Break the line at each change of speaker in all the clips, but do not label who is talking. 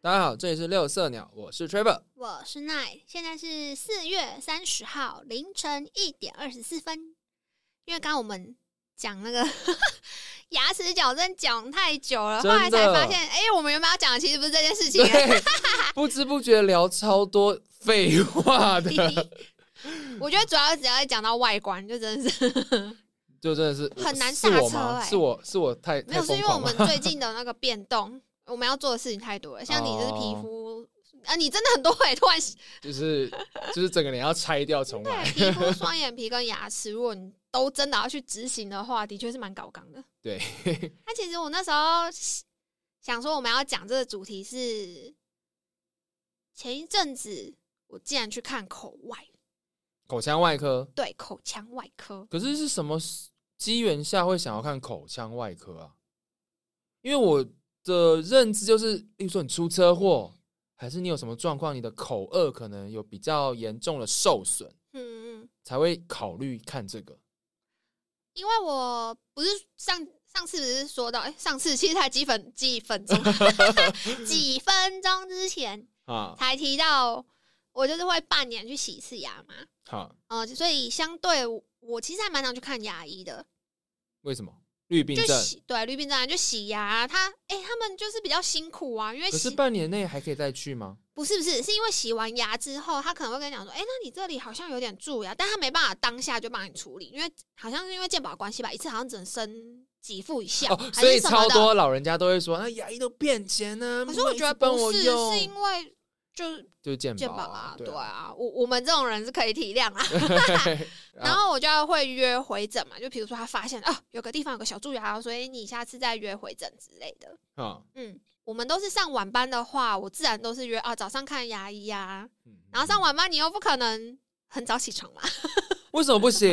大家好，这里是六色鸟，我是 Trevor。
我是奈，现在是四月三十号凌晨一点二十四分。因为刚刚我们讲那个 牙齿矫正讲太久了，后
真的
来才发现，哎、我们原本要讲的其实不是这件事情、 啊。
对，不知不觉聊超多废话的，
我觉得主要只要一讲到外观，就 真的是
就真的是
很难
是
刹车
我吗？
哎
是我是我太
没
太
有，是
疯
因为我
狂
们
了。
最近的那个变动，我们要做的事情太多了。像你就是皮肤、
哦
啊，你真的很多哎、突然
就是就是整个脸要拆掉重来。
对皮肤、双眼皮跟牙齿，如果你都真的要去执行的话，的确是蛮搞纲的。
对，
那其实我那时候想说，我们要讲这个主题是前一阵子我竟然去看口外，
口腔外科，
对口腔外科，
可是是什么机缘下会想要看口腔外科啊？因为我的认知就是，例如说你出车祸，还是你有什么状况，你的口颚可能有比较严重的受损，
嗯嗯，
才会考虑看这个。
因为我不是上上次不是说到，哎、上次其实才几分几分钟，几分钟之前
啊，
才提到，我就是会半年去洗一次牙嘛，
好，
呃，所以相对我我其实还蛮常去看牙医的，
为什么绿病
就
症？
洗对绿病症啊就洗牙啊，他哎、他们就是比较辛苦啊，因为
可是
洗
半年内还可以再去吗？
不是不是是因为洗完牙之后，他可能会跟你讲说，哎、那你这里好像有点蛀牙，但他没办法当下就帮你处理，因为好像是因为健保关系吧，一次好像只能生几副以下，
哦，
还
所以
是什么
超
的。
多老人家都会说，那哎牙医都骗钱呢、
可是我觉得
帮
不
我
是，
用
是因为就是
就是健
健
保
保啊，对
对 啊，
啊，我我们这种人是可以体谅啊。然
啊
后我就要会约回诊嘛，就比如说他发现啊有个地方有个小蛀牙，所以你下次再约回诊之类的。
啊
嗯，我们都是上晚班的话，我自然都是约啊早上看牙医啊，
嗯嗯
然后上晚班你又不可能很早起床嘛。
为什么不行？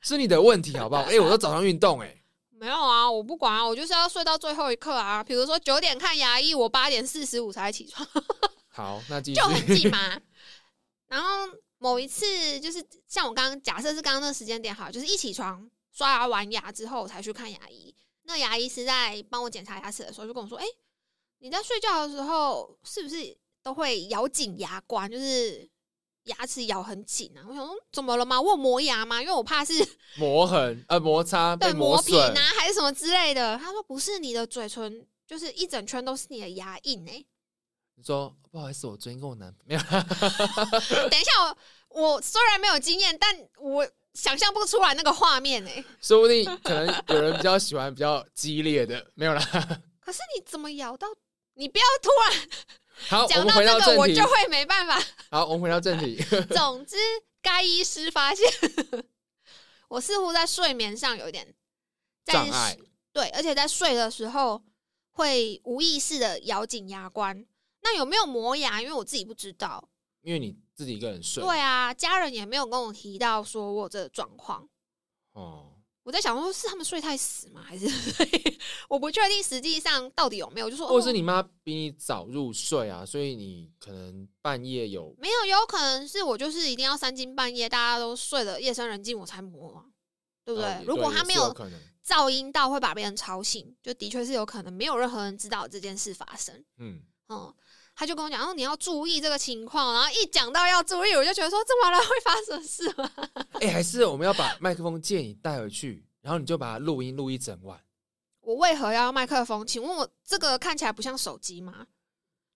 是你的问题好不好？哎、我都早上运动哎、
没有啊，我不管啊，我就是要睡到最后一刻啊。比如说九点看牙医，我八点四十五才起床，
好，那继续
就。很近嘛。然后某一次就是像我刚刚假设是刚刚那个时间点好了，就是一起床刷牙完牙之后我才去看牙医。那牙医是在帮我检查牙齿的时候就跟我说：“哎、你在睡觉的时候是不是都会咬紧牙关，就是牙齿咬很紧啊？”我想说怎么了吗？我有磨牙吗？因为我怕是
磨痕呃摩擦被
对
磨
磨皮
损
呢，还是什么之类的。他说不是你的嘴唇，就是一整圈都是你的牙印哎、
你说不好意思，我昨天跟我男朋友
等一下我，我虽然没有经验，但我想象不出来那个画面哎、
说不定可能有人比较喜欢比较激烈的，没有啦。
可是你怎么咬到？你不要突然
好，哦我
讲
们
到
回到
这个，
正
我
题
就。会没办法。
好，我们回到正题。
总之，该医师发现 我似乎在睡眠上有点在
障碍
对，而且在睡的时候会无意识的咬紧牙关。那有没有磨牙？因为我自己不知道。
因为你自己一个人睡。
对啊，家人也没有跟我提到说我有这个状况。
哦，
我在想说，是他们睡太死吗？还是 我不确定实际上到底有没有？就说，
或者是
哦、
你妈比你早入睡啊，所以你可能半夜有
没有，也有可能是我就是一定要三更半夜，大家都睡得夜深人静，我才磨啊，对不对？
呃也
如果他
也
没
是有
有
可能，
噪音到会把别人吵醒，就的确是有可能没有任何人知道这件事发生。
嗯，
嗯，他就跟我讲，哦，你要注意这个情况。然后一讲到要注意，我就觉得说，怎么了？会发生什么事吗？
哎、还是我们要把麦克风借你带回去，然后你就把它录音录一整晚。
我为何要麦克风？请问我这个看起来不像手机吗？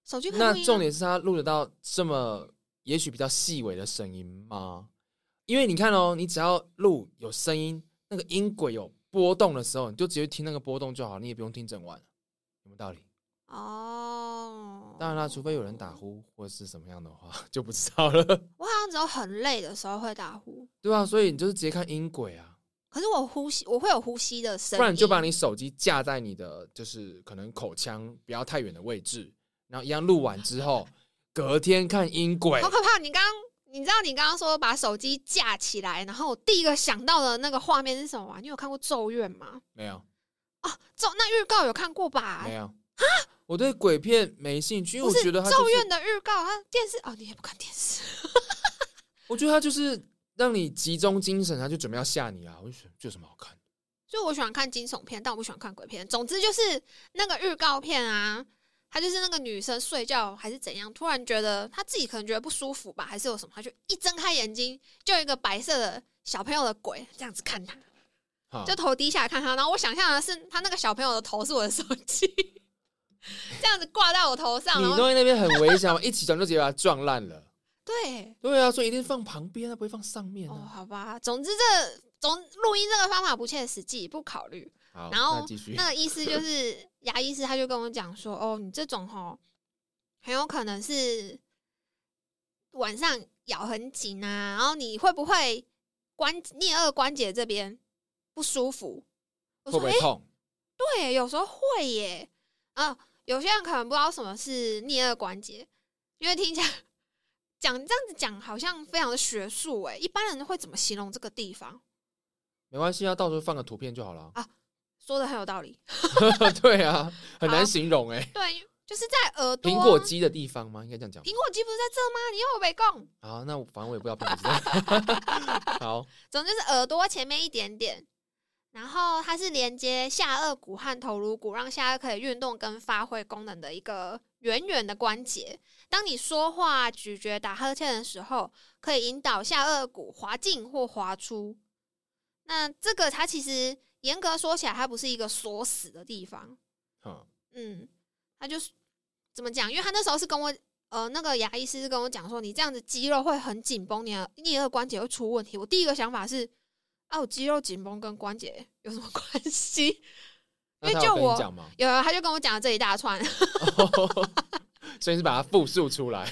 手机可以
那
录音啊
重点是他录得到这么也许比较细微的声音吗？因为你看哦，你只要录有声音，那个音轨有波动的时候，你就直接听那个波动就好，你也不用听整晚，有没有道理？
哦。
当然啦，除非有人打，呼或是什么样的话， 就不知道了，
我好像只有很累的时候会打呼，
对啊，所以你就是直接看音轨啊，
可是我呼吸，我会有呼吸的声音，
不然你就把你手机架在你的就是可能口腔不要太远的位置，然后一样录完之后，隔天看音轨
好，可怕！你刚刚你知道你刚刚说把手机架起来，然后我第一个想到的那个画面是什么吗？你有看过《咒怨》吗？
没有？
啊，咒那预告有看过吧
没？有我对鬼片没兴趣，因为
啊不
我
是
觉得它、
《
就是、
咒怨》的预告，它电视哦，你也不看电视，
我觉得它就是让你集中精神，它就准备要吓你啊！我就觉得这有什么好看？
就我喜欢看惊悚片，但我不喜欢看鬼片。总之就是那个预告片啊，她就是那个女生睡觉还是怎样，突然觉得她自己可能觉得不舒服吧，还是有什么，她就一睁开眼睛，就有一个白色的小朋友的鬼这样子看她，
好
就头低下来看她。然后我想象的是，她那个小朋友的头是我的手机， 这样子啊挂在我头上，
你
然
弄
后
在那边很危险嘛，一起床就直接把它撞烂了。
对，
对啊，所以一定放旁边啊，不会放上面
哦，
啊。
好吧，总之这总录音这个方法不切实际，不考虑。
好，
然后
那继续
那个医师就是牙医师，他就跟我讲说，哦，你这种吼，很有可能是晚上咬很紧啊，然后你会不会关颞颌关节这边不舒服？我
会不
说，哎、
会痛？
对，有时候会耶。啊，有些人可能不知道什么是颞颌关节，因为听起来 讲这样子讲好像非常的学术哎，一般人会怎么形容这个地方？
没关系啊，到时候放个图片就好了。啊
说的很有道理，
对啊，很
好
难形容哎。
对，啊嗯就是在耳朵
苹果肌的地方吗？应该这样讲。
苹果肌不是在这吗？你又没供，
好，那我反正我也不知道苹果肌。 好，
总之就是耳朵前面一点点，然后它是连接下颚骨和头颅骨，让下颚可以运动跟发挥功能的一个远远的关节。当你说话、咀嚼、打呵欠的时候，可以引导下颚骨滑进或滑出。那这个它其实严格说起来，它不是一个锁死的地方，
嗯，
嗯，他就是怎么讲？因为他那时候是跟我呃，那个牙医师是跟我讲说，你这样子肌肉会很紧绷，你的颞颌关节会出问题。我第一个想法是，啊，我肌肉紧绷跟关节有什么关系？
那
因
他
为
有
就
跟
我
你讲吗？
有，他就跟我讲了这一大串。
所以是把它复述出来。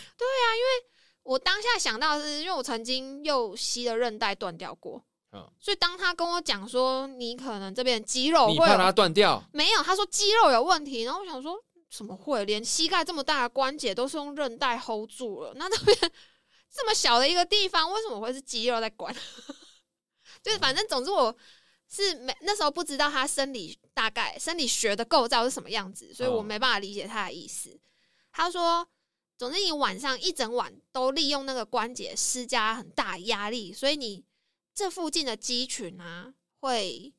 我当下想到的是，因为我曾经右膝的韧带断掉过，
嗯
所以当他跟我讲说，你可能这边肌肉
你
哦会
怕
有
它断掉？
没有，他说肌肉有问题，然后我想说怎么会，连膝盖这么大的关节都是用韧带 hold 住了，那这边 这么小的一个地方，为什么会是肌肉在管？ 就是反正总之我是没那时候不知道他生理大概生理学的构造是什么样子，所以我
嗯
没办法理解他的意思。他说，总之你晚上一整晚都利用那个关节施加很大的压力，所以你这附近的肌群啊会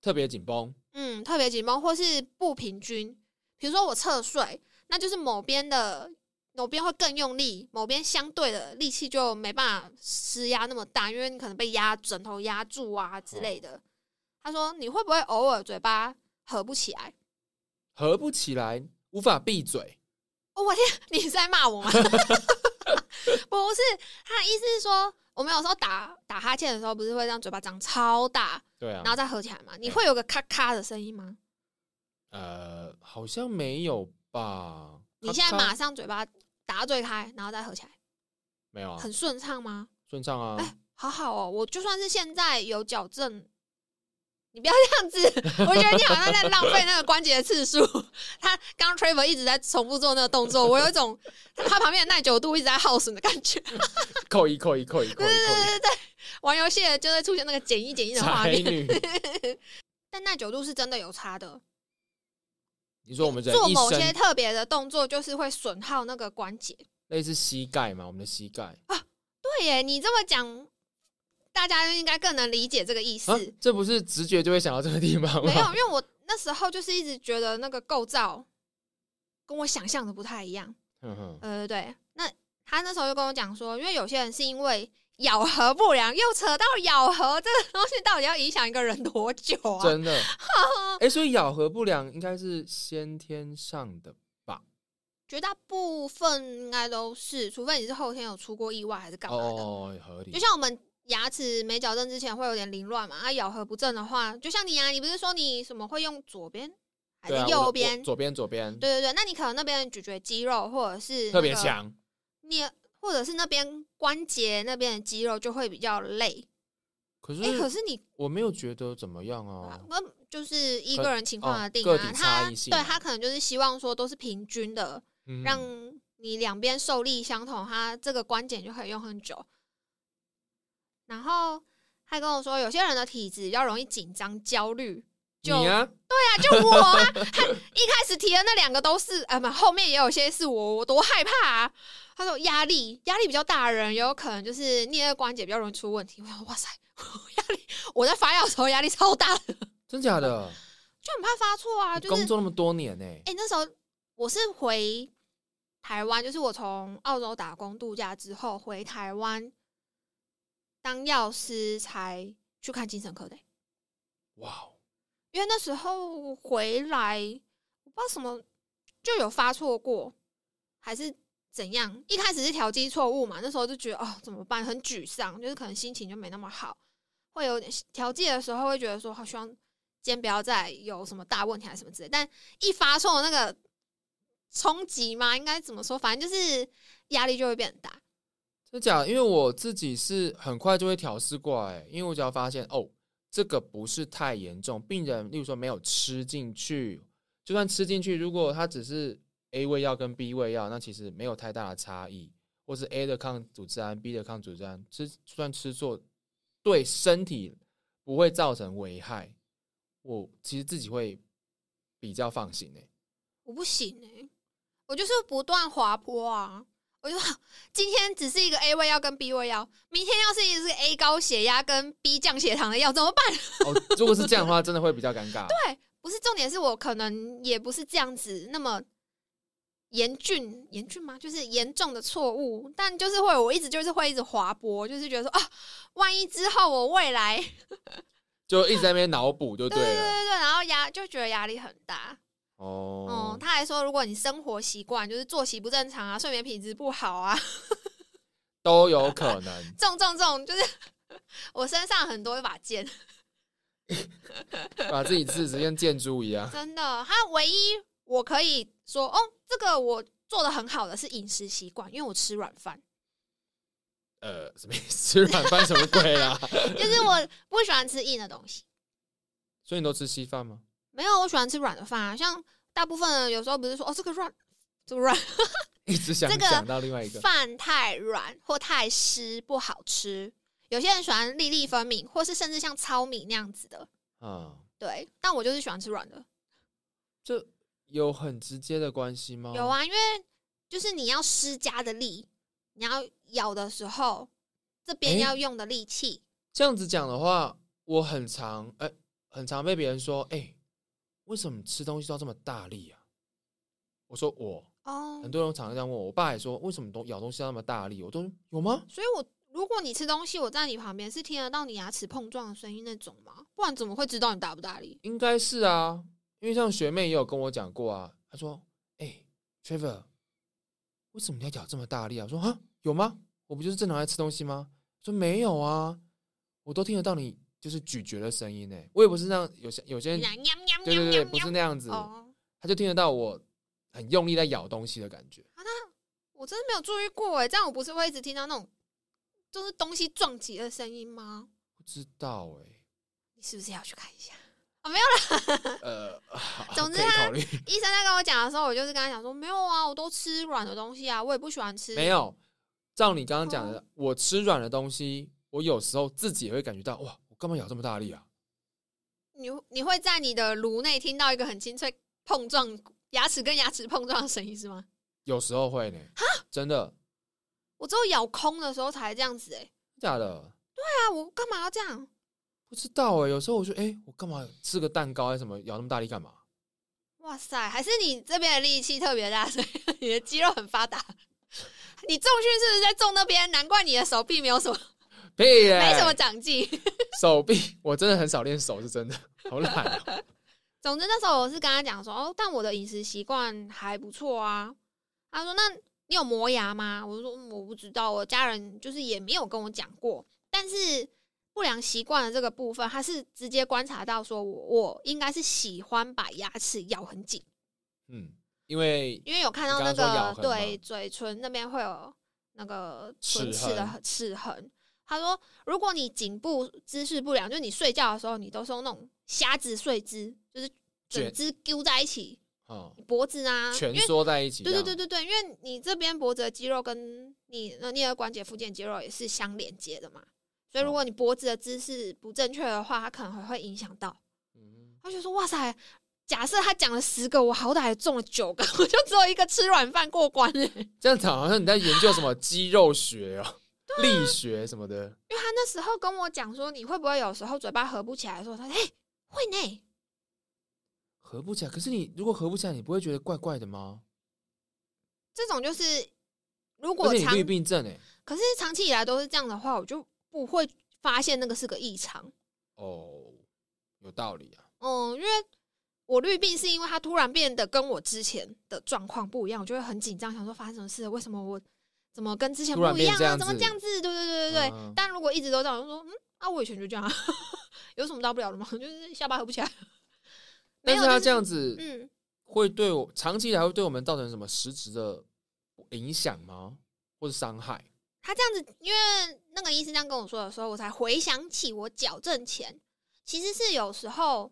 特别紧绷。
嗯，特别紧绷或是不平均。比如说我侧睡，那就是某边的某边会更用力，某边相对的力气就没办法施压那么大，因为你可能被压枕头压住啊之类的。他说你会不会偶尔嘴巴合不起来？
合不起来，无法闭嘴。
哦，我天， 你是在骂我吗？不 是，他的意思是说，我们有时候打打哈欠的时候，不是会让嘴巴张超大，
对啊
然，后再合起来嘛？你会有个咔咔的声音吗？
呃，好像没有吧？
你现在
咔咔
马上嘴巴打最开，然后再合起来。
没有啊？
很顺畅吗？
顺畅啊？
哎好好哦，我就算是现在有矫正，你不要这样 子，我觉得你好像在浪费那个关节的次数。 他刚刚 Trevor 一直在重复做那个动作，我有一种他旁边的耐久度一直在耗损的感 觉。
扣一扣一扣一扣一扣
对对对
一
对对，玩游戏的就会出现那个剪一剪一
扣，
的画
才
面，
女。
但耐久度是真的有差的。
你说我们人
做
一
某些
生
特别的动作，就是会损耗那个关节。
类似膝盖嘛？我们的膝盖
对耶，你这么讲，大家应该更能理解这个意思。
啊，这不是直觉就会想到这个地方
没有，
吗？
啊因为我那时候就是一直觉得那个构造跟我想象的不太一样。
嗯哼，
呃，对，那他那时候就跟我讲说，因为有些人是因为咬合不良，又扯到咬合这个东西，到底要影响一个人多久啊？
真的。 哎，所以咬合不良应该是先天上的。
绝大部分应该都是，除非你是后天有出过意外还是干嘛的。
哦，合理
就。像我们牙齿没矫正之前会有点凌乱嘛，啊，咬合不正的话，就像你啊，你不是说你什么会用左边还是
对啊，我的
右
我
边？
左边，左边，
对对对，那你可能那边的咀嚼肌肉或者是
特别
那个
强。
你或者是那边关节那边的肌肉就会比较累。
可
哎、可
是
是你
我没有觉得怎么样啊。
那、就是依个人情况而定
哦个
啊，
体
他
差异性
对
啊
他可能就是希望说都是平均的，
嗯
让你两边受力相同，他这个关节就可以用很久。然后他跟我说，有些人的体质比较容易紧张、焦虑。就
你啊，
啊，就 我啊，他一开始提的那两个都是，啊，不，后面也有些是我，我多害怕啊。他说压力，压力比较大的人，也有可能就是颞颌关节比较容易出问题。我想，哇塞，压力，我在发药的时候压力超大的，
真假的？
就很怕发错啊。
你
就是
工，作那么多年呢、欸
哎、那时候我是回台湾，就是我从澳洲打工度假之后回台湾当药师才去看精神科的欸、
哇哦，
因为那时候回来，我不知道什么就有发错过，还是怎样。一开始是调剂错误嘛，那时候就觉得哦怎么办，很沮丧，就是可能心情就没那么好，会有点调剂的时候会觉得说，好希望今天不要再有什么大问题还是什么之类。但一发错那个冲击嘛，应该怎么说？反正就是压力就会变很大。
真假的？因为我自己是很快就会调试过来，因为我只要发现哦，这个不是太严重，病人例如说没有吃进去，就算吃进去，如果他只是 A 胃药跟 B 胃药，那其实没有太大的差异，或是 A 的抗组织胺，B 的抗组织胺，吃就算吃错，对身体不会造成危害，我其实自己会比较放心诶、欸
我不行哎、我就是不断滑坡啊！我就好今天只是一个 A 胃药跟 B 胃药，明天要是一个是 A 高血压跟 B 降血糖的药怎么办？
哦，如果是这样的话，真的会比较尴尬。
对，不是重点是我可能也不是这样子那么严峻，严峻吗？就是严重的错误，但就是会我一直就是会一直滑坡，就是觉得说啊，万一之后我未来
就一直在那边脑补就
对
对
对
了。
对对，然后压就觉得压力很大。
哦
嗯，，他还说如果你生活习惯就是作息不正常啊，睡眠品质不好啊，。
都有可能
中中中，就是我身上很多一把剑，
把自己刺直跟箭猪一样。
真的。他唯一我可以说，哦，这个我做的很好的是饮食习惯，因为我吃软饭，
呃，什么意思？吃软饭什么鬼啊啦？
就是我不喜欢吃硬的东西。
所以你都吃稀饭吗？
没有，我喜欢吃软的饭啊，像大部分人有时候不是说，哦，这个软，这个软
一直想
这个
想到另外一个，
饭太软或太湿不好吃。有些人喜欢粒粒分明，或是甚至像糙米那样子的，
嗯，
对。但我就是喜欢吃软的。
这有很直接的关系吗？
有，啊，因为就是你要施加的力，你要咬的时候，这边
诶
要用的力气，
这样子讲的话，我很常哎、很常被别人说，哎、为什么吃东西都要这么大力啊？我说我，
哦
很。多人常常这样问我，我爸也说，为什么都咬东西要那么大力？我都有吗？
所以我如果你吃东西，我在你旁边是听得到你牙齿碰撞的声音那种吗？不然怎么会知道你打不打力？
应该是啊，因为像学妹也有跟我讲过啊，她说：“哎、t r e v o r 为什么你要咬这么大力啊？”我说：“啊，有吗？我不就是正常在吃东西吗？”说：“没有啊，我都听得到你就是咀嚼的声音呢。我也不是那样，有些有些
你
人
俩喵喵
对
喵
对对，
喵
不是
喵。
那样子，
哦，
他就听得到我很用力在咬东西的感觉。
我真的没有注意过哎，这样我不是会一直听到那种就是东西撞击的声音吗？
不知道
你是不是要去看一下？
哎、呃， 好
总之
可以
他
考虑。
医生在跟我讲的时候，我就是跟他讲说，没有啊，我都吃软的东西啊，我也不喜欢吃。
没有，照你刚刚讲的，
哦
我吃软的东西，我有时候自己也会感觉到，哇，我干嘛咬这么大力啊？
你你会在你的颅内听到一个很清脆碰撞牙齿跟牙齿碰撞的声音是吗？
有时候会呢，真的
我只有咬空的时候才这样子哎、欸，
假的？
对啊，我干嘛要这样？
不知道哎、有时候我说，哎、我干嘛吃个蛋糕还是什么，咬那么大力干嘛？
哇塞，还是你这边的力气特别大，所以你的肌肉很发达。 你重训是不是在重那边？难怪你的手臂没有什么，
屁耶、
没什么长进。
手臂，我真的很少练手，是真的， 好懒啊、
总之那时候我是跟他讲说，哦，但我的饮食习惯还不错啊。他说，那你有磨牙吗？我说、嗯我不知道，我家人就是也没有跟我讲过。但是不良习惯的这个部分，他是直接观察到说我我应该是喜欢把牙齿咬很紧，
嗯，因为
因为有看到那
你刚刚说咬
个
痕吗
对嘴唇那边会有那个唇齿
齿
的
痕
齿痕。他说，如果你颈部姿势不良，就是你睡觉的时候你都是用那种瞎子睡姿，就是整
卷
只揪在一起。
啊、
脖子啊，因
蜷
为
缩在一起，
对对对，对对，因为你这边脖子的肌肉跟你那颞颌关节附件肌肉也是相连接的嘛，
哦
所以如果你脖子的姿势不正确的话，它可能还会影响到。
嗯，
他就说：“哇塞，假设他讲了十个，我好歹也中了九个， 我就只有一个吃软饭过关欸。因
这样子好像你在研究什么肌肉学哦、
啊
力学什么的，
为他那时候跟我讲说，你会不会有时候嘴巴合不起来的时候，他说：‘哎、会呢。’
合不起来。可是你如果合不起来，你不会觉得怪怪的吗？
这种就是如
而
果
且你
长
绿病症哎、
可是长期以来都是这样的话，我就不会发现那个是个异常。
哦，有道理啊。
嗯，因为我绿病是因为它突然变得跟我之前的状况不一样，我就会很紧张，想说发生什么事了？为什么我怎么跟之前
突然
不一样
变这
啊？
样
怎么
子
这样子？对对对对对。
嗯
但如果一直都这样，我就说嗯啊，我以前就这样、啊， 有什么大不了的吗？ 就是下巴合不起来。 没
但
有
是他
就是
这样子
嗯，
会对我长期来会对我们造成什么实质的影响吗？或是伤害？
他这样子，因为那个医生这样跟我说的时候，我才回想起我矫正前其实是有时候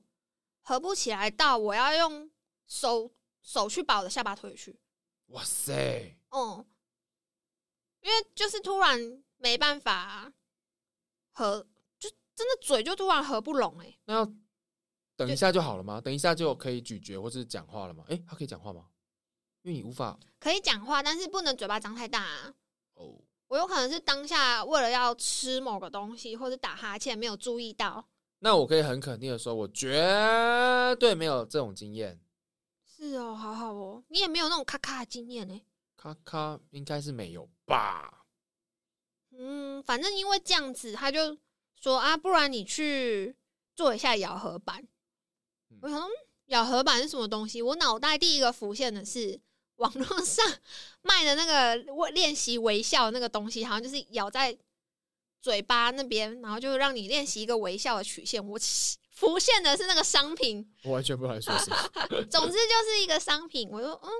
合不起来到我要用手手去把我的下巴推回去。
哇塞，
嗯，因为就是突然没办法合，就真的嘴就突然合不拢哎、欸
那要等一下就好了吗？等一下就可以咀嚼或是讲话了吗？诶，他可以讲话吗？因为你无法
可以讲话，但是不能嘴巴张太大、啊。
哦，
我有可能是当下为了要吃某个东西或者打哈欠没有注意到，
那我可以很肯定的说，我绝对没有这种经验。
是哦，好好哦，你也没有那种咔咔的经验呢、欸
咔咔，应该是没有吧？
嗯，反正因为这样子，他就说啊，不然你去做一下咬合板。
嗯
我想说嗯咬合板是什么东西？我脑袋第一个浮现的是网络上 卖的那个微练习微笑那个东西，好像就是咬在嘴巴那边，然后就让你练习一个微笑的曲线。我 浮现的是那个商品，
我完全不知道你说什么。
总之就是一个商品。我说，嗯，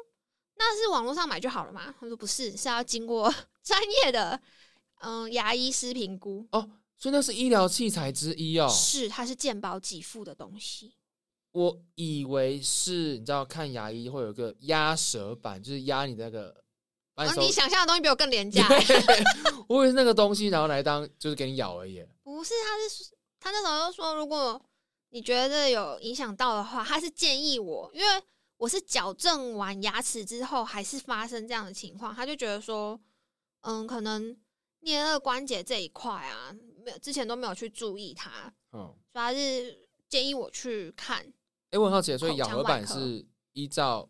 那是网络上买就好了嘛？他说不是，是要经过 专业的嗯牙医师评估。
所以那是医疗器材之一哦。
是，它是健保给付的东西。
我以为是，你知道看牙医会有一个压舌板，就是压你那个，把
然
哦你手。，
后哦你想象的东西比我更廉价
我以为是那个东西，然后来当就是给你咬而已。
不是？他是他那时候就说，如果你觉得有影响到的话，他是建议我，因为我是矫正完牙齿之后还是发生这样的情况，他就觉得说，嗯，可能颞颌关节这一块啊，没有之前都没有去注意它，
嗯，
主要是建议我去看。
哎、我很好奇，所以咬合板
口腔外科
是依照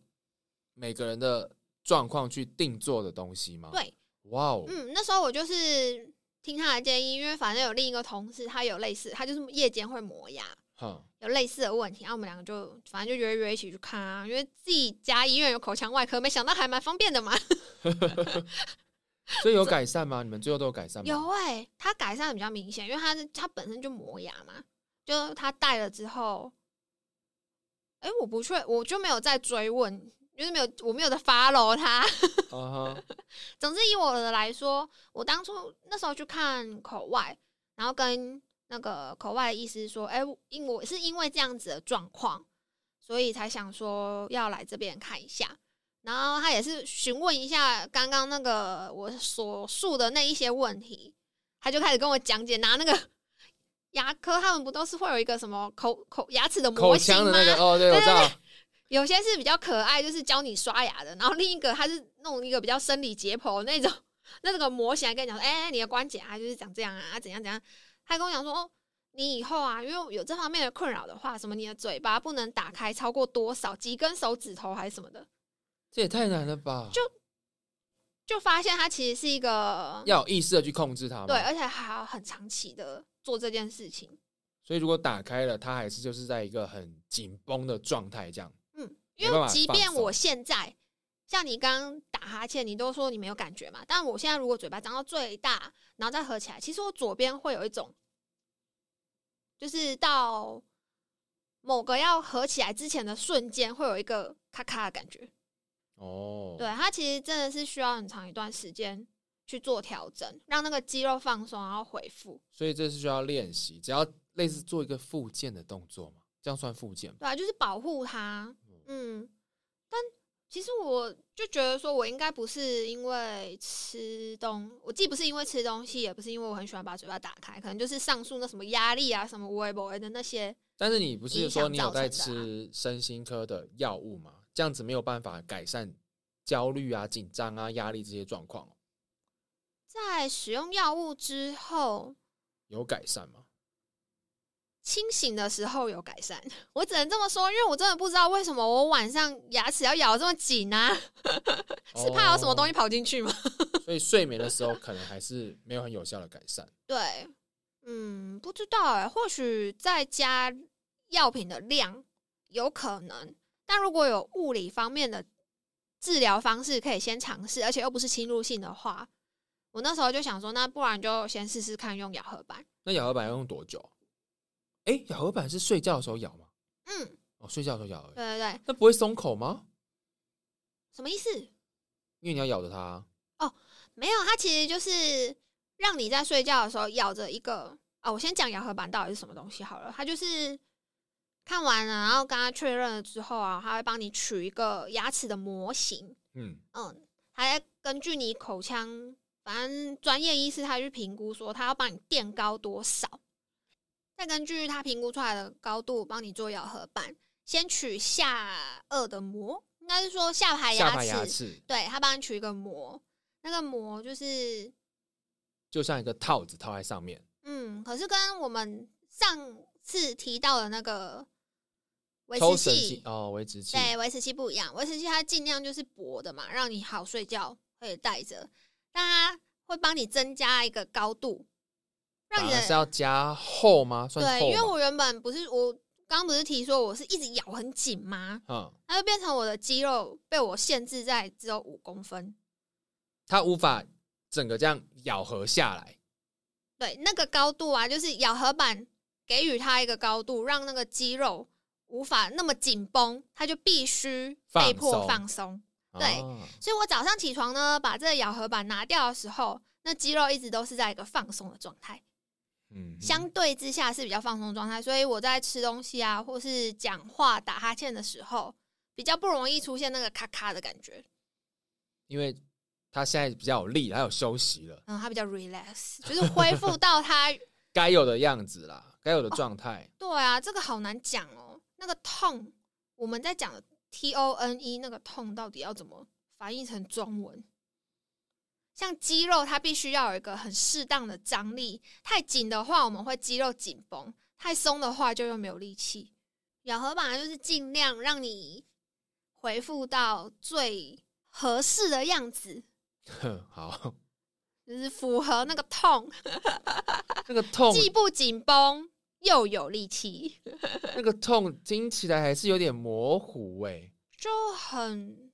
每个人的状况去定做的东西吗？，
对，
哇哦，
嗯，那时候我就是听他的建议，因为反正有另一个同事，他有类似，他就是夜间会磨牙，
哼，
有类似的问题，然后我们两个就反正就约约一起去看啊，因为自己家医院有口腔外科，没想到还蛮方便的嘛。
所以有改善吗？你们最后都有改善吗？
有哎、他改善的比较明显，因为他是他本身就磨牙嘛，就他戴了之后，哎、我不确，我就没有再追问，就是没有，我没有再 follow 他。
啊哈，
总之，以我的来说，我当初那时候去看口外，然后跟那个口外的医师说，哎、因我是因为这样子的状况，所以才想说要来这边看一下。然后他也是询问一下刚刚那个我所述的那一些问题，他就开始跟我讲解，拿那个 牙科他们不都是会有一个什么口口牙齿的模
口
型
腔
吗？
的那个哦，对，我知道，
有些是比较可爱，就是教你刷牙的，然后另一个他是弄一个比较生理解剖那种 那个模型，还跟你讲说，哎、你的关节啊就是长这样啊，啊怎样怎样。他还跟我讲说，哦，你以后啊，因为有这方面的困扰的话，什么你的嘴巴不能打开超过多少几根手指头还是什么的，
这也太难了吧？就
就发现他其实是一个
要有意识的去控制它嘛。
对，，而且还要很长期的做这件事情。
所以如果打开了，它还是就是在一个很紧绷的状态，这样
嗯，
没
因
办
为
法
即
放
便
松
我现在像你刚刚打哈欠，你都说你没有感觉嘛，但我现在如果嘴巴张到最大，然后再合起来，其实我左边会有一种，就是到某个要合起来之前的瞬间，会有一个咔咔的感觉。
哦。
对，，它其实真的是需要很长一段时间去做调整，让那个肌肉放松，然后恢复。
所以这是需要练习，只要类似做一个复健的动作嘛，这样算复健吧。
对啊，就是保护它。嗯，但其实我就觉得说，我应该不是因为吃东，我既不是因为吃东西，也不是因为我很喜欢把嘴巴打开，可能就是上述那什么压力啊、什么无为不为的那些。
但是你不是
影
说
响
你有
造
在
成的啊
吃身心科的药物吗？这样子没有办法改善焦虑啊、紧张啊、压力这些状况哦，
在使用药物之后，
有改善吗？
清醒的时候有改善， 我只能这么说，因为我真的不知道为什么我晚上牙齿要咬这么紧啊，是怕有什么东西跑进去吗？
哦。所以睡眠的时候可能还是没有很有效的改善。
对，嗯，不知道哎、或许再加药品的量有可能，但如果有物理方面的治疗方式可以先尝试，而且又不是侵入性的话，我那时候就想说，那不然就先试试看用咬合板。
那咬合板要用多久？哎、咬合板是睡觉的时候咬吗？
嗯，
哦，睡觉的时候咬而已。
对对对，
那不会松口吗？
什么意思？
因为你要咬着它。啊
没有，它其实就是让你在睡觉的时候咬着一个啊、我先讲咬合板到底是什么东西好了。它就是看完了，然后跟他确认了之后啊，他会帮你取一个牙齿的模型，
嗯，
嗯，还根据你口腔，反正专业医师他去评估说他要帮你垫高多少，再根据他评估出来的高度帮你做咬合板，先取下颚的膜，应该是说下排
下
牙
排牙
齿，
齿
对他帮你取一个膜，那个膜就是
就像一个套子套在上面。
嗯，可是跟我们上次提到的那个维
抽
持
神经
器，
哦，维持器。
对维持器不一样，维持器它尽量就是薄的嘛，让你好睡觉可以戴着，但它会帮你增加一个高度，让
反
你
而啊是
的
要加厚吗？算厚吗
对，因为我原本不是我刚不是提说我是一直咬很紧吗？
嗯，
它就变成我的肌肉被我限制在只有五公分，
它无法整个这样咬合下来。
对，那个高度啊，就是咬合板给予它一个高度，让那个肌肉无法那么紧绷，它就必须被迫
放
放松。对
啊
所以我早上起床呢，把这个咬合板拿掉的时候，那肌肉一直都是在一个放松的状态，
嗯哼，
相对之下是比较放松的状态。所以我在吃东西啊，或是讲话、打哈欠的时候，比较不容易出现那个咔咔的感觉。
因为它现在比较有力，还有休息了，
嗯，它比较 relax，就是恢复到它
该有的样子啦，该有的状态。
对啊，这个好难讲哦。那个痛，我们在讲 T O N E 那个痛到底要怎么翻译成中文？像肌肉，它必须要有一个很适当的张力。太紧的话，我们会肌肉紧绷；太松的话，就又没有力气。咬合板就是尽量让你恢复到最合适的样子，哦
哼， 好，
就是符合那个痛，
那个痛，
既不紧绷又有力气。
那个痛听起来还是有点模糊哎、
就很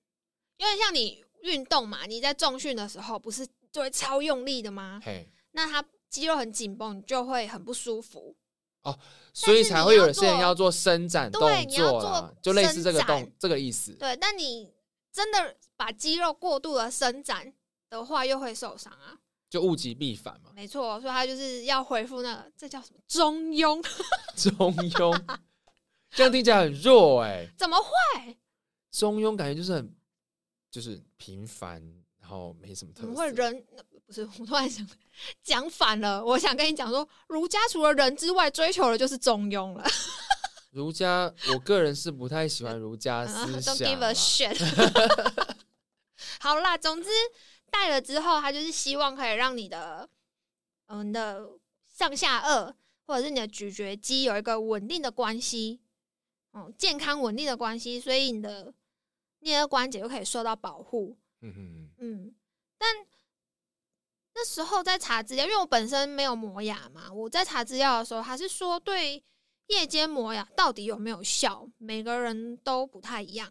有点像你运动嘛，你在重训的时候不是就会超用力的吗？
嘿，
那它肌肉很紧绷，你就会很不舒服。
所以
但是
才
你
会有
要
些人
做
要做伸展动
对你要
作啦
做，
就类似这个
伸展
动这个意思。
对，但你真的把肌肉过度的伸展的话，又会受伤啊。
就物极必反嘛，
没错，所以它就是要恢复那个，这叫什么中庸？
中庸，这样听起来很弱哎、
怎么会？
中庸感觉就是很就是平凡，然后没什么特
怎
色。
么会人？呃不是，我突然想讲反了。我想跟你讲说，儒家除了人之外，追求的就是中庸了。
儒家，我个人是不太喜欢儒家思
Don't
想
嗯 give
啦。
a shit 。 好啦，总之戴了之后，它就是希望可以让你的，嗯，你的上下颚或者是你的咀嚼肌有一个稳定的关系，嗯，健康稳定的关系，所以你的颞颌关节就可以受到保护。
嗯哼
嗯，但那时候在查资料，因为我本身没有磨牙嘛，我在查资料的时候，还是说对夜间磨牙到底有没有效，每个人都不太一样。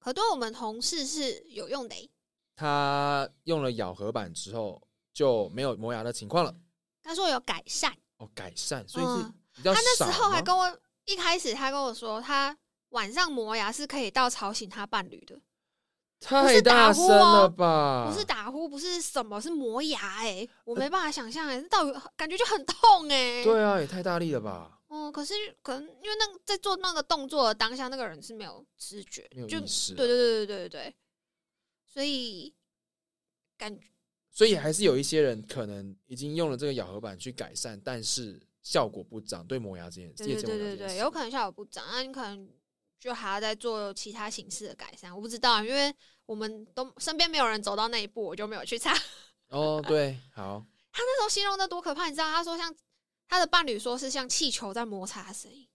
可对我们同事是有用的欸、
他用了咬合板之后就没有磨牙的情况了，
他说有改善。
哦，改善，所以是
嗯
比较
他
少吗。
那时候还跟我一开始他跟我说，他晚上磨牙是可以到吵醒他伴侣的，
太大声了吧？
不是打呼，不是什么，是磨牙、欸。哎，我没办法想象、欸，哎，这到底感觉就很痛哎、
呃对啊，也太大力了吧？
哦，可是可能因为那个在做那个动作的当下，那个人是没有知觉，
没有
就
意识，
对对对对对对对，所以感觉
所以还是有一些人可能已经用了这个咬合板去改善，但是效果不彰，对磨牙这件事，
对对
夜间磨
对
牙
对
这件
对，
事
有可能效果不彰，那你可能就还要再做其他形式的改善，我不知道，因为我们都身边没有人走到那一步，我就没有去查。
哦，对，好，
他那时候形容的多可怕，你知道？他说像他的伴侣说是像气球在摩擦的声音，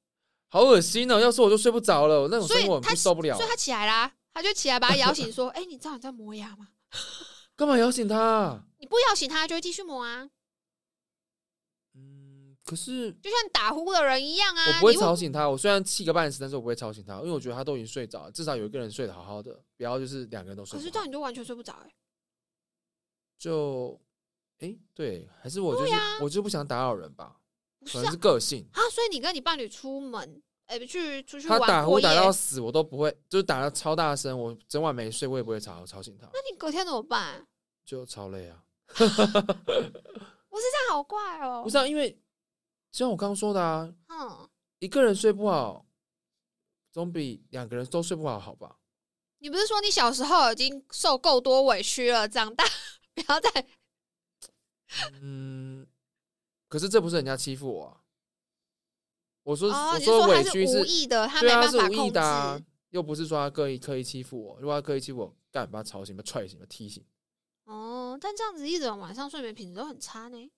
好恶心哦！要是我就睡不着了，那种
所以
生活我
他
不受不了
所以。他起来啦，他就起来把他摇醒，说：“哎、你知道你在磨牙吗？
干嘛摇醒他啊？
你不摇醒他，就会继续磨啊，
嗯，可是
就像打呼的人一样啊。”
我不会
你为
吵醒他。我虽然气个半死，但是我不会吵醒他，因为我觉得他都已经睡着了，至少有一个人睡得好好的，不要就是两个人都睡
可
不
是
好。
这样你就完全睡不着哎、
就哎、对，还是我就是、我就不想打扰人吧，
不是
可能
啊
是个性。
啊！所以你跟你伴侣出门，哎、去出去
他
玩
打呼
过夜，
打到死，我都不会，就是打到超大声，我整晚没睡，我也不会吵吵醒他，
那你隔天怎么办？
就超累啊。
我是这样好怪哦、
不是、啊，因为就像我刚刚说的啊，
嗯，
一个人睡不好，总比两个人都睡不好好吧？
你不是说你小时候已经受够多委屈了，长大 不要再
嗯，可是这不是人家欺负我啊。我说、
哦？
我
你是说
委
他是
屈
无意的，他没
对啊，
办
是
法
无
控
意
制。
的、啊，又不是说他刻意刻意欺负我。如果他刻意欺负我，干把他吵醒、把他踹醒、把他踢醒。
哦，但这样子一整晚上睡眠品质都很差呢。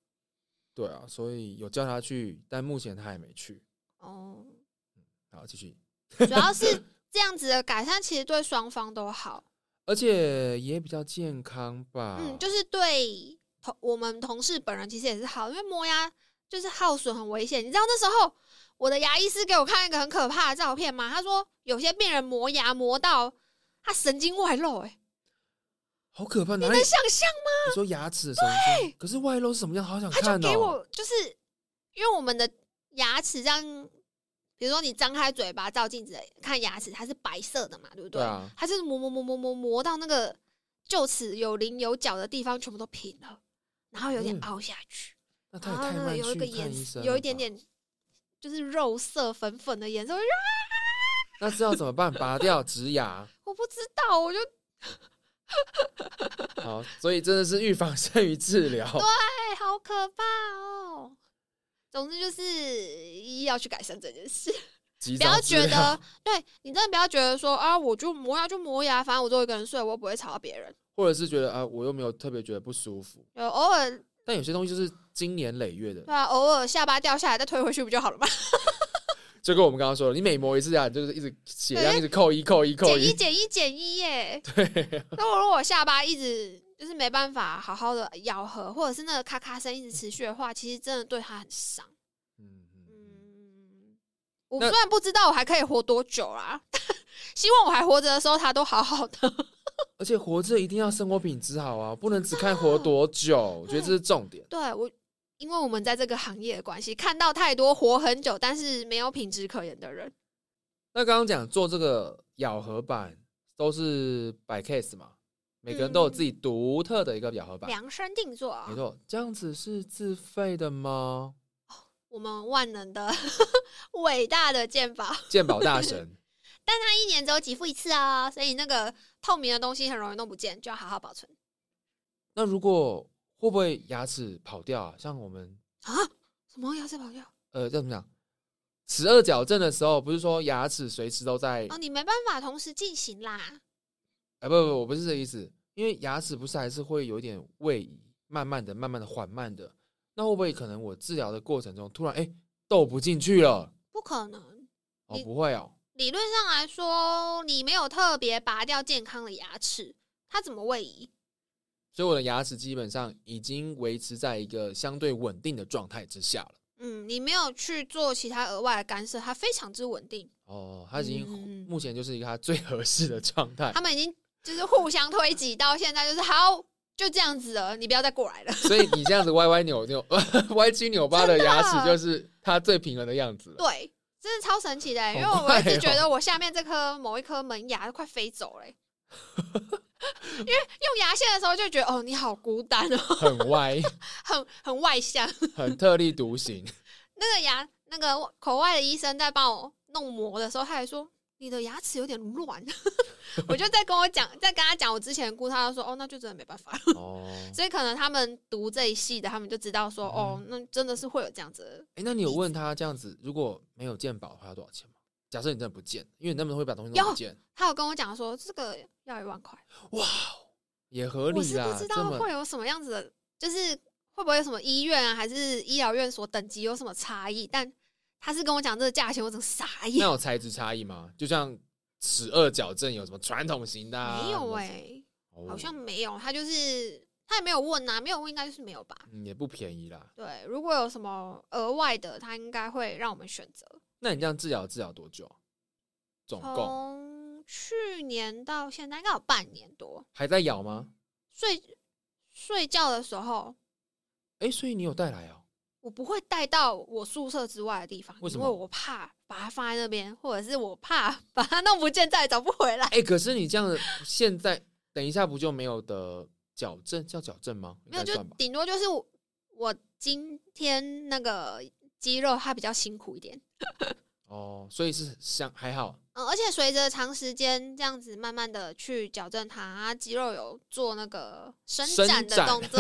对啊，所以有叫他去，但目前他还没去。
哦，
好，继续。
主要是这样子的改善，其实对双方都好。
而且也比较健康吧。
嗯，就是对同我们同事本人其实也是好，因为磨牙就是耗损很危险。你知道那时候我的牙医师给我看一个很可怕的照片吗？他说有些病人磨牙磨到他神经外露、欸，哎，
好可怕！哪
你
里
能？想象吗？
你说牙齿的神经，可是外露是什么样？好想
他就
看
给
哦。
我就是因为我们的牙齿这样。比如说你张开嘴巴照镜子看牙齿，它是白色的嘛，对不
对啊，
它就是磨磨磨磨磨磨到那个臼齿有棱有角的地方全部都平了，然后有点
嗯
凹下去，
那他也
然后
太
呢
慢
啊有一个
去
颜
看医
色
生，
有一点。点就是肉色粉粉的颜色，我就让
那这要怎么办？拔掉植牙。
我不知道，我就
好，所以真的是预防胜于治疗。
哎，好可怕哦。总之就是要去改善这件事，
及
不
早
要
治
觉
疗
得，对你真的不要觉得说啊，我就磨牙就磨牙，反正我都一个人睡，我又不会吵到别人。
或者是觉得啊，我又没有特别觉得不舒服。
有偶尔
但有些东西就是经年累月的
对，啊，偶尔下巴掉下来再推回去不就好了吗？
就跟我们刚刚说的，你每磨一次啊牙，你就是一直血
对
量一直扣一扣一扣
减一
一。
减一减一 耶。对、
啊
那我如果下巴一直就是没办法好好的咬合，或者是那个咔咔声一直持续的话，其实真的对他很伤。
嗯嗯嗯
嗯，我
那
虽然不知道我还可以活多久啦，但 希望我还活着的时候他都好好的。
而且活着一定要生活品质好啊，不能只看活多久，我觉得这是重点。
对我，因为我们在这个行业的关系，看到太多活很久但是没有品质可言的人。
那刚刚讲做这个咬合板都是摆 case 嘛，每个人都有自己
嗯
独特的一个咬合板，
量身定做啊
没，错。这样子是自费的吗？
我们万能的 伟大的鉴宝。
鉴宝大神，
但它一年只有给付一次啊，所以那个透明的东西很容易弄不见，就要好好保存
那如果会不会牙齿跑掉啊？像我们
啊。什么牙齿跑掉？
呃，叫怎么讲？齿颚矫正的时候，不是说牙齿随时都在？
哦，你没办法同时进行啦。
哎，不不，我不是这个意思，因为牙齿不是还是会有一点位移，慢慢的、慢慢的、缓慢的，那会不会可能我治疗的过程中突然哎斗不进去了？
不可能。
哦，
你
不会哦，
理论上来说，你没有特别拔掉健康的牙齿，它怎么位移？
所以我的牙齿基本上已经维持在一个相对稳定的状态之下了。
嗯，你没有去做其他额外的干涉，它非常之稳定。
哦，它已经、
嗯
目前就是一个它最合适的状态
他，们已经就是互相推挤，到现在就是 好，就这样子了，你不要再过来了。
所以你这样子歪歪扭扭、 歪七扭八的牙齿，就是它最平衡的样子了。
对，真的超神奇的、
好
欸因为我
快
一直
哦
觉得我下面这颗某一颗门牙都快飞走了、欸 因为用牙线的时候就觉得哦，你好孤单哦，
很歪，
很很外向。
很特立独行。
那个牙那个口外的医生在帮我弄膜的时候，他还说你的牙齿有点乱， 我就在跟我讲，在跟他讲我之前的故事，他就说哦，那就真的没办法了。
哦，
所以可能他们读这一系的，他们就知道说、
嗯
哦，那真的是会有这样子的。
哎，那你有问他这样子，如果没有鉴宝，花多少钱吗？假设你真的不见，因为你那么会把东西弄不见，
他有跟我讲说这个要一万块，
哇，也合
我
理
是不
啦。
知
这
道
么
会有什么样子的，就是会不会有什么医院啊，还是医疗院所等级有什么差异？但他是跟我讲这个价钱，我整个傻
那
眼。
有材质差异吗？就像齿颚矫正有什么传统型的、啊？
没有哎、
哦
好像没有。他就是他也没有问啊，没有问应该就是没有吧？
嗯也不便宜啦。
对，如果有什么额外的，他应该会让我们选择。
那你这样治疗治疗多久啊？总
哦
共
从去年到现在，应该有半年多。
还在咬吗？
睡睡觉的时候，
哎、所以你有带来哦、
我不会带到我宿舍之外的地方，
为什
因
么
为我怕把它放在那边，或者是我怕 把它弄不见，再也找不回来。
哎、可是你这样子现在等一下不就没有的矫正叫矫正吗？应
没有，
该
就
算吧。
顶多就是我我今天那个肌肉它比较辛苦一点，
哦，所以是像还好
嗯，而且随着长时间这样子慢慢的去矫正它，它肌肉有做那个伸
伸
展的
展
动作，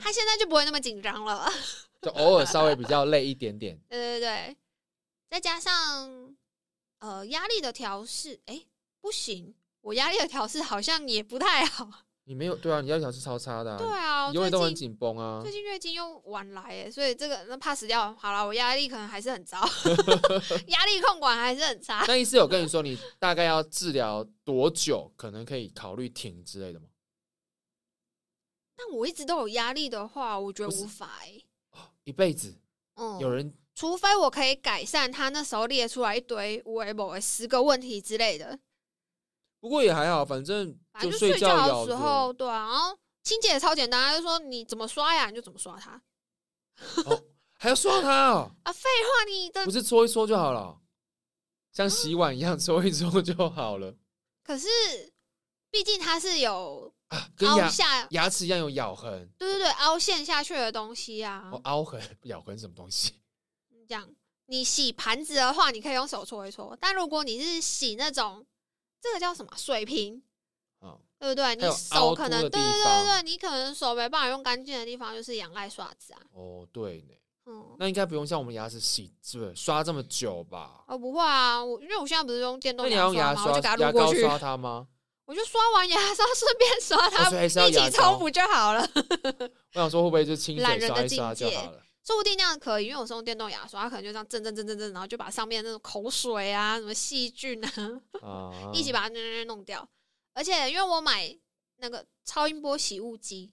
它现在就不会那么紧张了。
就偶尔稍微比较累一点点。
对对对，再加上呃压力的调试，哎、不行，我压力的调试好像也不太好。
你没有对啊，你要调是超差的、啊，
对啊，
你永
最
远都很
近
紧绷啊
最。近月经又晚来哎，所以这个那 pass 掉好了，我压力可能还是很 糟，压力控管还是很差。
那医师有跟你说你大概要治疗多久，可能可以考虑停之类的吗？
但我一直都有压力的话，我觉得
不是
无法哎、
一辈子有
嗯，
人
除非我可以改善他那时候列出来一堆无为某十个问题之类的，
不过也还好，反正
反正就
睡
睡
觉
觉
咬
的时
着
候，对啊，然后清洁也超简单，他就说你怎么刷呀，你就怎么刷它
还要刷它哦，
啊。废话，你的
不是搓一搓就好了哦，像洗碗一样 搓一搓就好了
可是毕竟它是有
啊，跟
凹
牙
下，
牙齿一样有咬痕，
对对对，凹陷下去的东西啊。
哦，凹痕、 咬痕什么东西？
这样，你洗盘子的话，你可以用手搓一搓，但如果你是洗那种这个叫什么水瓶，
啊，
对不对？
还
你
有凹
手
凸
可能
的
对
地
对对对，
方
你可能手没办法用干净的地方，就是仰赖刷子啊。
哦，对呢，
嗯，
那应该不用像我们牙齿洗是不是刷这么久吧？
哦不会啊，我因为我现在不是用电
那
动
你要用
刷
牙
嘛，我
刷、
就给它撸
牙
过
膏
去，
刷它吗？
我就刷完牙刷 顺便刷它，
哦所以还是要
一起
牙
冲
膏
不就好了？
我想说会不会就清
懒
水
人的
刷一刷
境
就
界
好 了？
说不定那样可以，因为我是用电动牙刷，它可能就这样震震震震震，然后就把上面那种口水啊、什么细菌啊，
啊，
一起把它弄弄弄掉。而且因为我买那个超音波洗物机，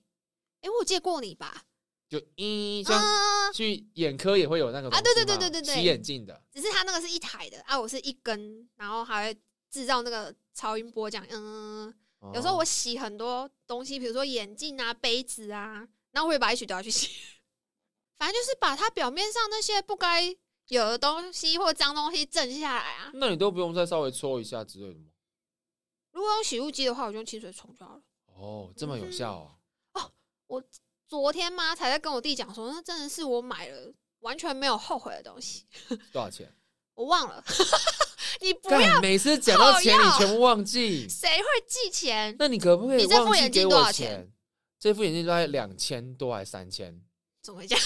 诶，我有借过你吧？
就一像
嗯，
去眼科也会有那个
啊
东西
对对对
嘛
对对对
洗眼镜的，
只是它那个是一台的啊，我是一根，然后还会制造那个超音波这样。嗯，有时候
哦
我洗很多东西，比如说眼镜啊、杯子啊，然后我也把一起丢下去洗。 反正就是把它表面上那些不该有的东西或脏东西震下来啊。
那你都不用再稍微搓一下之类的吗？
如果用洗物机的话，我就用清水冲就好了。
哦，这么有效哦。
昨天妈才在跟我弟讲说，那真的是我买了完全没有后悔的东西，
多少钱？
我忘了。 你不要，
干，每次讲到钱
靠
你
药
全部忘记。
谁会记钱？
那你可不可以
你这副
忘记
眼镜
给
多
我
少钱
钱？这副眼镜大概两千多还是三千？
怎么会这样？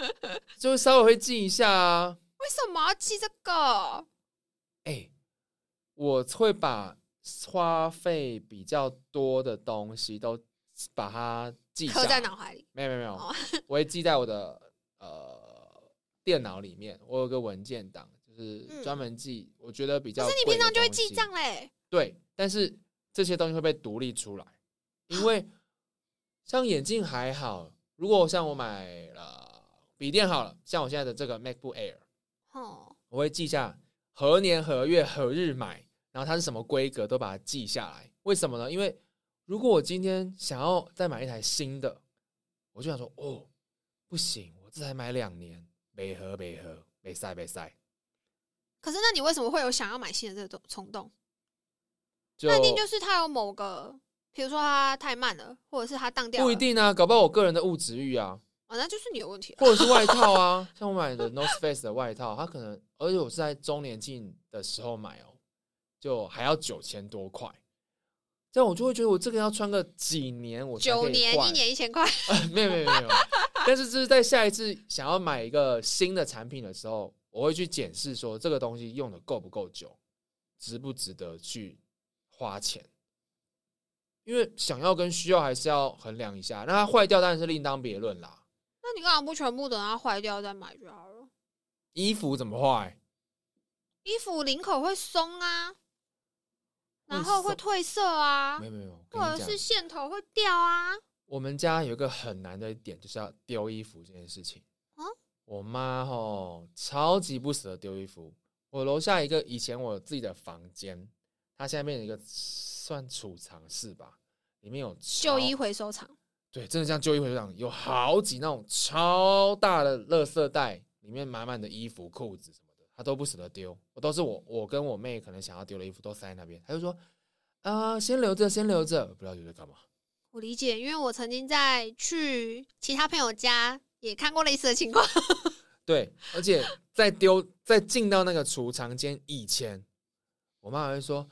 就稍微会记一下啊。
为什么要记这个？
哎、我会把花费比较多的东西都把它记下
刻
来。
在脑海里。
没有没有没有，
哦
我会记在我的呃电脑里面，我有个文件档，就是
嗯
专门记、我觉得比较
可
贵的
是
东西。
你平常就会记账嘞。
对，但是这些东西会被独立出来，因为像眼镜还好，如果像我买了笔电好了，像我现在的这个 MacBook Air，
哦，
我会记下何年何月何日买，然后它是什么规格都把它记下来。为什么呢？因为如果我今天想要再买一台新的，我就想说，哦，不行，我这才买两年，没合没合，没塞没塞，
可是那你为什么会有想要买新的这种冲动？
就
那一定就是它有某个，比如说它太慢了，或者是它当掉了。
不一定啊，搞不好我个人的物质欲啊。
哦，那就是你的问题了。
或者是外套啊，像我买的 North Face 的外套，它可能，而且我是在周年庆的时候买哦，就还要九千多块，这样我就会觉得我这个要穿个几年我才可以
九年
换
一，年一千块，
没有没有没有，但是就是在下一次想要买一个新的产品的时候，我会去检视说这个东西用的够不够久，值不值得去花钱。因为想要跟需要还是要衡量一下。那它坏掉当然是另当别论啦。
那你干嘛不全部等它坏掉再买就好了？
衣服怎么坏？
衣服领口会松啊，然后会
松
褪色啊
没，有没有，我
或
跟
者
你讲，
是线头会掉啊。
我们家有一个很难的点，就是要丢衣服这件事情。
啊
我妈吼超级不舍得丢衣服。我楼下一个以前我自己的房间，它现在变成一个算储藏室吧，里面有
旧
超
衣回收厂，
对，真的像旧衣回收厂，有好几那种超大的垃圾袋，里面满满的衣服、裤子什么的，他都不舍得丢。我都是我，我跟我妹可能想要丢的衣服都塞在那边，他就说：“啊、先留着，先留着，不知道留着干嘛。
我理解，因为我曾经在去其他朋友家也看过类似的情况。”
对，而且在丢在进到那个储藏间以前，我妈还会说：“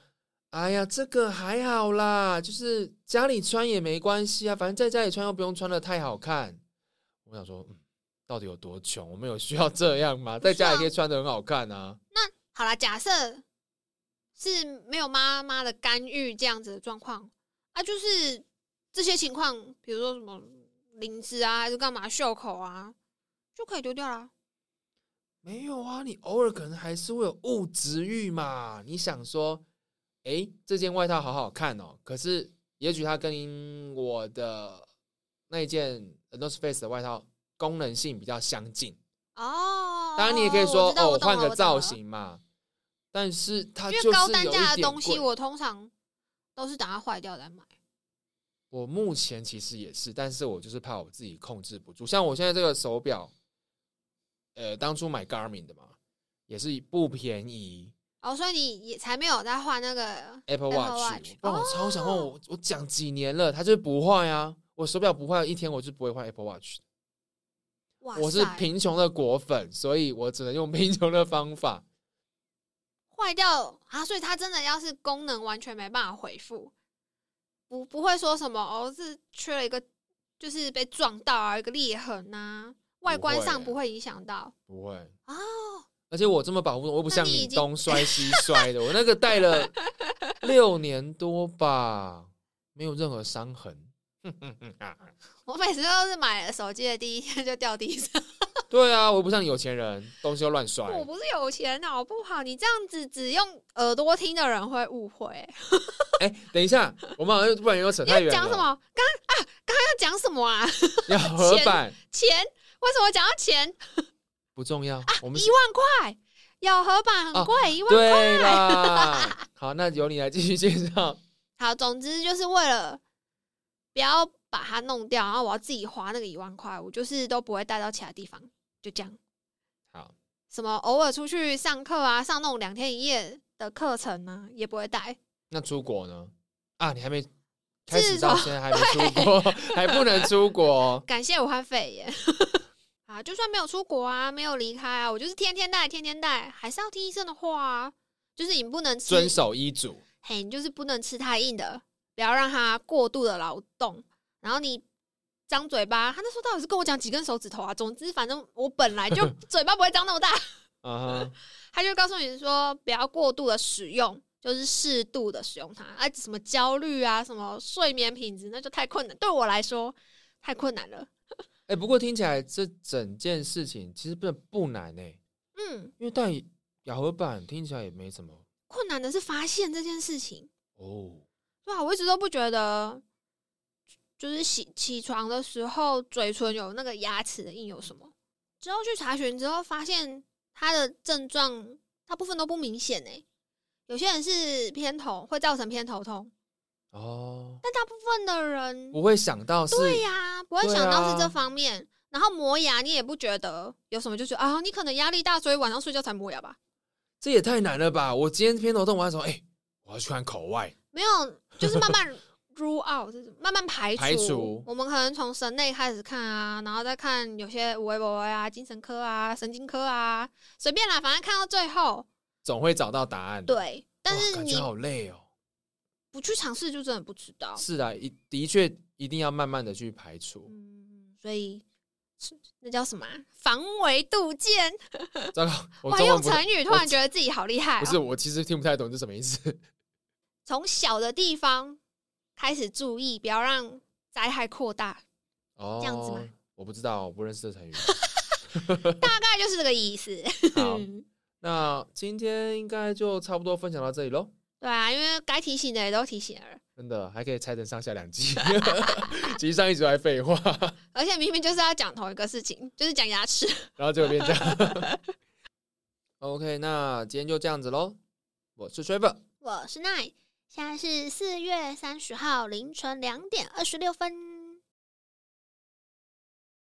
哎呀，这个还好啦，就是家里穿也没关系啊，反正在家里穿又不用穿的太好看。”我想说，嗯，到底有多穷？我们有需要这样吗？在家里可以穿的很好看啊。
好啦，假设是没有妈妈的干预这样子的状况啊，就是这些情况，比如说什么领子啊，还是干嘛袖口啊，就可以丢掉啦。
没有啊，你偶尔可能还是会有物质欲嘛。你想说，诶，这件外套好好看哦，可是也许它跟我的那一件 North Face 的外套功能性比较相近。
哦，
当然，你也可以
我
说
知道
哦，
我
我
懂
换
了
个造，型嘛。但是它
我懂了
就是
因为高
有
单价
一
的
点
东西，
贵
我通常都是等它坏掉再买。
我目前其实也是，但是我就是怕我自己控制不住。像我现在这个手表，呃，当初买 Garmin 的嘛，也是不便宜
哦，所以你也才没有在换那个
Apple
Apple
Watch
Watch。哦
不然我超想换，我我讲几年了，它就是不坏啊。我手表不坏，一天我就不会换 Apple Watch。
哇
我是
塞
贫穷的果粉，所以我只能用 贫穷的方法。
坏掉啊，所以它真的要是功能完全没办法回复，不不会说什么哦，是缺了一个，就是被撞到啊，一个裂痕呐、外观上不会影响到
不会，
哦。
而且我这么保护，我又不像
那你已
你
经
东摔西摔的，我那个戴 了六年多吧，没有任何伤痕。
我每次都是买了手机的第一天就掉地 上，
对啊，我又不像有钱人，东西又乱摔。
我不是有钱啊好不好？你这样子只用耳朵听的人会误会、
哎、等一下，我们好像不然又扯
你
太
要
远了。
讲什？么？刚啊，刚刚要讲什么啊？
要合版
钱？为什么讲到钱？
不重要，我们
一
是
万块，咬合板
啊
很贵，一万
对啦。好，那由你来继续介绍。
好，总之就是为了不要把它弄掉，然后我要自己花那个一万块，我就是都不会带到其他地方，就这样。
好，
什么偶尔出去上课啊，上那种两天一夜的课程呢、也不会带。
那出国呢？啊，你还没开始
自从
到现在还没出 国，还不能出国。
感谢武汉肺炎 啊！就算没有出国啊，没有离开啊，我就是天天带，天天带，还是要听医生的话啊。就是你不能吃
遵守医嘱，
嘿，你就是不能吃太硬的，不要让它过度的劳动。然后你张嘴巴，他那时候到底是跟我讲几根手指头啊？总之，反正我本来就嘴巴不会张那么大，
啊、哈，
他就告诉你说不要过度的使用，就是适度的使用它。啊，什么焦虑啊，什么睡眠品质，那就太困难，对我来说太困难了。
哎、不过听起来这整件事情其实不不难呢、
嗯，
因为戴咬合板听起来也没什么
困难的是发现这件事情。
哦。
对啊，我一直都不觉得，就是起起床的时候嘴唇有那个牙齿的印有什么。之后去查询之后，发现他的症状大部分都不明显诶、有些人是偏头，会造成偏头痛，
哦，
但大部分的人
不会想到是
对呀、不会
对
想到是这
啊
方面。然后磨牙，你也不觉得有什么，就觉得啊，你可能压力大，所以晚上睡觉才磨牙吧？
这也太难了吧！我今天偏头痛，我还说，哎、我要去看口外，
没有，就是慢 慢 rule out，就是慢慢排除。
排除
我们可能从神内开始看啊，然后再看有些微博啊、精神科啊、神经科啊，随便啦，反正看到最后，
总会找到答案。，
对。但是
感
你
觉好累哦。
不去尝试，就真的不知道。
是啊，一的确一定要慢慢的去排除。
嗯，所以是那叫什么啊、防微杜渐。
糟糕，我
嗯哇，
中文
用
不
成啊
是
语突然觉得自己好厉害、哦
不是，我其实听不太懂这什么意思。
从小的地方开始注意，不要让灾害扩大，
哦，
这样子吗
我不知道，我不认识这成 语。
大概就是这个意思。
好，那今天应该就差不多分享到这里喽。
对啊，因为该提醒的也都提醒了，
真的还可以拆成上下两集， 其实上一集都在废话，
而且明明就是要讲同一个事情，就是讲牙齿。
然后结果变这样。OK，那今天就这样子喽。我是 Trevor，
我是奈，现在是四月三十号凌晨两点二十六分。